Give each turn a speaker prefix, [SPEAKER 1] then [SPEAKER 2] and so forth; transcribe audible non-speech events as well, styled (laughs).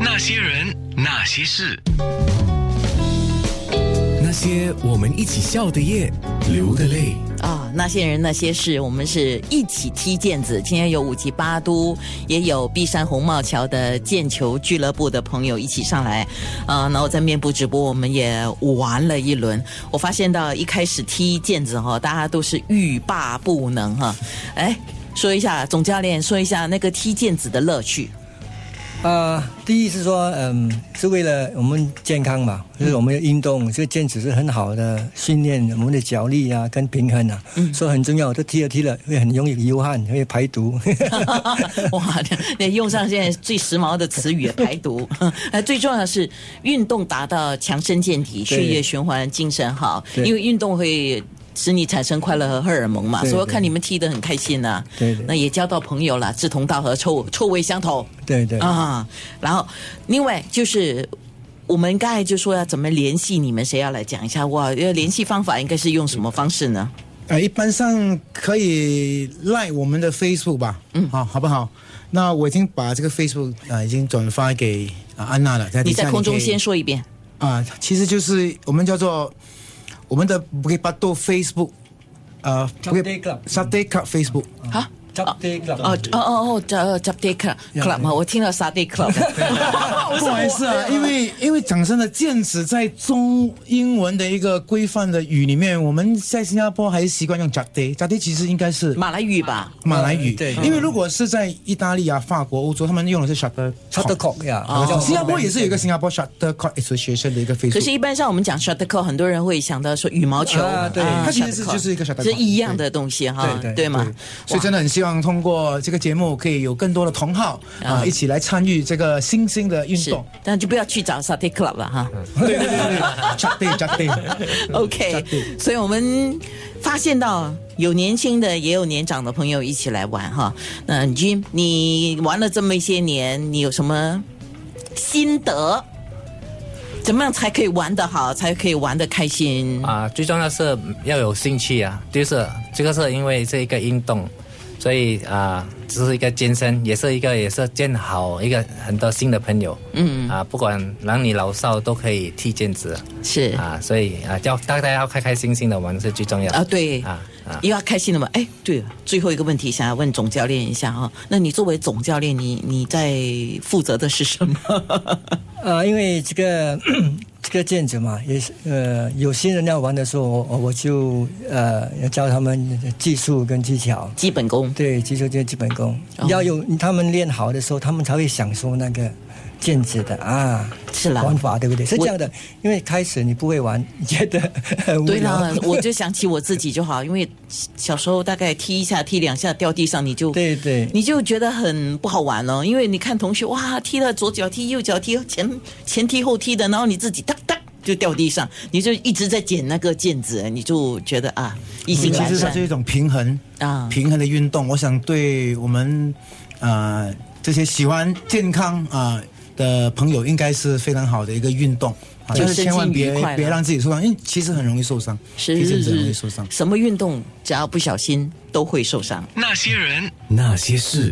[SPEAKER 1] 那些人，那些事，
[SPEAKER 2] 那些我们一起笑的夜，流的泪。
[SPEAKER 3] 啊、那些人那些事，我们是一起踢毽子。今天有五级八都，也有碧山红帽桥的毽球俱乐部的朋友一起上来，呃，然后在面部直播，我们也玩了一轮。我发现到一开始踢毽子哈，大家都是欲罢不能哈。哎，说一下总教练，说一下那个踢毽子的乐趣。
[SPEAKER 4] 啊、第一是说，嗯，是为了我们健康嘛，
[SPEAKER 5] 嗯
[SPEAKER 4] 就是我们的运动，这个坚持是很好的训练我们的脚力啊，跟平衡啊，
[SPEAKER 5] 嗯
[SPEAKER 4] 所以很重要。这踢了踢了，会很容易流汗，会排毒。
[SPEAKER 3] (laughs)
[SPEAKER 4] (laughs)
[SPEAKER 3] 哇，那用上现在最时髦的词语排毒。 (laughs) 呃，最重要的是运动达到强身健体、
[SPEAKER 4] 对
[SPEAKER 3] 血液循环、精神好，
[SPEAKER 4] 对
[SPEAKER 3] 因为运动会。使你产生快乐和荷尔蒙嘛，
[SPEAKER 4] 对
[SPEAKER 3] 所以我
[SPEAKER 4] 对
[SPEAKER 3] 看你们踢得很开心呐、
[SPEAKER 4] 对对
[SPEAKER 3] 那也交到朋友了，志同道合，臭臭味相投。
[SPEAKER 4] 对对，
[SPEAKER 3] 啊，然后另外就是。我们刚才就说要怎么联系你们，谁要来讲一下？哇，要联系方法应该是用什么方式呢？
[SPEAKER 5] 呃，一般上可以赖我们的 Facebook 吧，嗯，好，好不好？那我已经把这个 Facebook 啊、呃已经转发给啊、安娜了，在底
[SPEAKER 3] 你
[SPEAKER 5] 下
[SPEAKER 3] 在空中
[SPEAKER 5] 可以
[SPEAKER 3] 先说一遍。
[SPEAKER 5] 啊、其实就是我们叫做我们的 Bukit Batok Facebook，呃
[SPEAKER 4] Chapter Club
[SPEAKER 5] Saturday Club Facebook，
[SPEAKER 3] 啊
[SPEAKER 4] Chapter Club
[SPEAKER 3] 哦哦哦哦，叫叫 Day Club Club 嘛，我听到 Saturday Club，
[SPEAKER 5] (laughs) 不好意思啊，因为因为讲真的，毽子在中英文的一个规范的语里面，我们在新加坡还是习惯用 Jade，Jade 其实应该是
[SPEAKER 3] 马来语吧？
[SPEAKER 5] 马来语，
[SPEAKER 4] 对
[SPEAKER 5] 因为如果是在意大利啊、法国、欧洲，他们用的是 shutter
[SPEAKER 4] Shuttlecock 呀
[SPEAKER 5] 啊
[SPEAKER 4] 哦
[SPEAKER 5] 新加坡也是有一个新加坡 shuttlecock association 的一个 Facebook，
[SPEAKER 3] 可是，一般上我们讲 shuttlecock，很多人会想到说羽毛球，
[SPEAKER 4] 啊对
[SPEAKER 5] 它其实是
[SPEAKER 3] shuttlecock
[SPEAKER 5] 就是一个 shuttlecock，
[SPEAKER 3] 是一样的东西哈，
[SPEAKER 4] 对对
[SPEAKER 3] 吗？
[SPEAKER 5] 所以真的很希望通过这个节目，可以有更多的同好啊、
[SPEAKER 3] 啊
[SPEAKER 5] 一起来参与这个新兴的运
[SPEAKER 3] 是
[SPEAKER 5] 动。，
[SPEAKER 3] 但就不要去找 Saturday Club 了哈。
[SPEAKER 5] 对对对对，shutter shutter，
[SPEAKER 3] OK，所以我们发现到有年轻的，也有年长的朋友一起来玩哈。那 Jim，你玩了这么一些年，你有什么心得？怎么样才可以玩得好，才可以玩得开心？
[SPEAKER 6] 啊、最重要是要有兴趣啊，就是这个是因为是一个运动，所以啊、这是一个健身，也是一个也是见好一个很多新的朋友，嗯啊、不管男女老少都可以踢毽子
[SPEAKER 3] 是
[SPEAKER 6] 啊、所以啊、要大家要开开心心的玩是最重要的
[SPEAKER 3] 啊，对
[SPEAKER 6] 啊啊
[SPEAKER 3] 又要开心了嘛。哎，对了，最后一个问题想要问总教练一下哈、那你作为总教练，你你在负责的是什
[SPEAKER 6] (laughs)
[SPEAKER 3] 么？
[SPEAKER 4] 啊，因为这个 (clears throat) 这个毽子嘛，也是呃，有些人要玩的时候，我我我就呃要教他们技术跟技巧。
[SPEAKER 3] 基本功。
[SPEAKER 4] 对，技术就是基本功，
[SPEAKER 3] 哦
[SPEAKER 4] 要有他们练好的时候，他们才会享受那个毽子的啊，
[SPEAKER 3] 是啦
[SPEAKER 4] 玩法对不对？是
[SPEAKER 3] 我
[SPEAKER 4] 这样的，因为开始你不会玩，你觉得很无
[SPEAKER 3] 对
[SPEAKER 4] 聊
[SPEAKER 3] 啦， (laughs) 我就想起我自己就好，因为小时候大概踢一下、踢两下掉地上，你就
[SPEAKER 4] 对对
[SPEAKER 3] 你就觉得很不好玩了。因为你看同学哇，踢了左脚踢、右脚踢、哦前前踢后踢的，然后你自己哒哒就掉地上，你就一直在捡那个毽子，你就觉得啊，一心
[SPEAKER 5] 其
[SPEAKER 3] 懒
[SPEAKER 5] 实它
[SPEAKER 3] 散
[SPEAKER 5] 是一种平衡
[SPEAKER 3] 啊
[SPEAKER 5] 平衡的运动。我想对我们呃这些喜欢健康啊、的朋友，应该是非常好的一个运动。啊
[SPEAKER 3] 就
[SPEAKER 5] 但是千万别
[SPEAKER 3] 身心愉快了
[SPEAKER 5] 别让自己受伤，因为其实很容易受伤，
[SPEAKER 3] 是
[SPEAKER 5] 踢毽
[SPEAKER 3] 是
[SPEAKER 5] 子很容易
[SPEAKER 3] 是
[SPEAKER 5] 受伤。
[SPEAKER 3] 什么运动只要不小心都会受伤。
[SPEAKER 1] 那些人。
[SPEAKER 2] 那些事。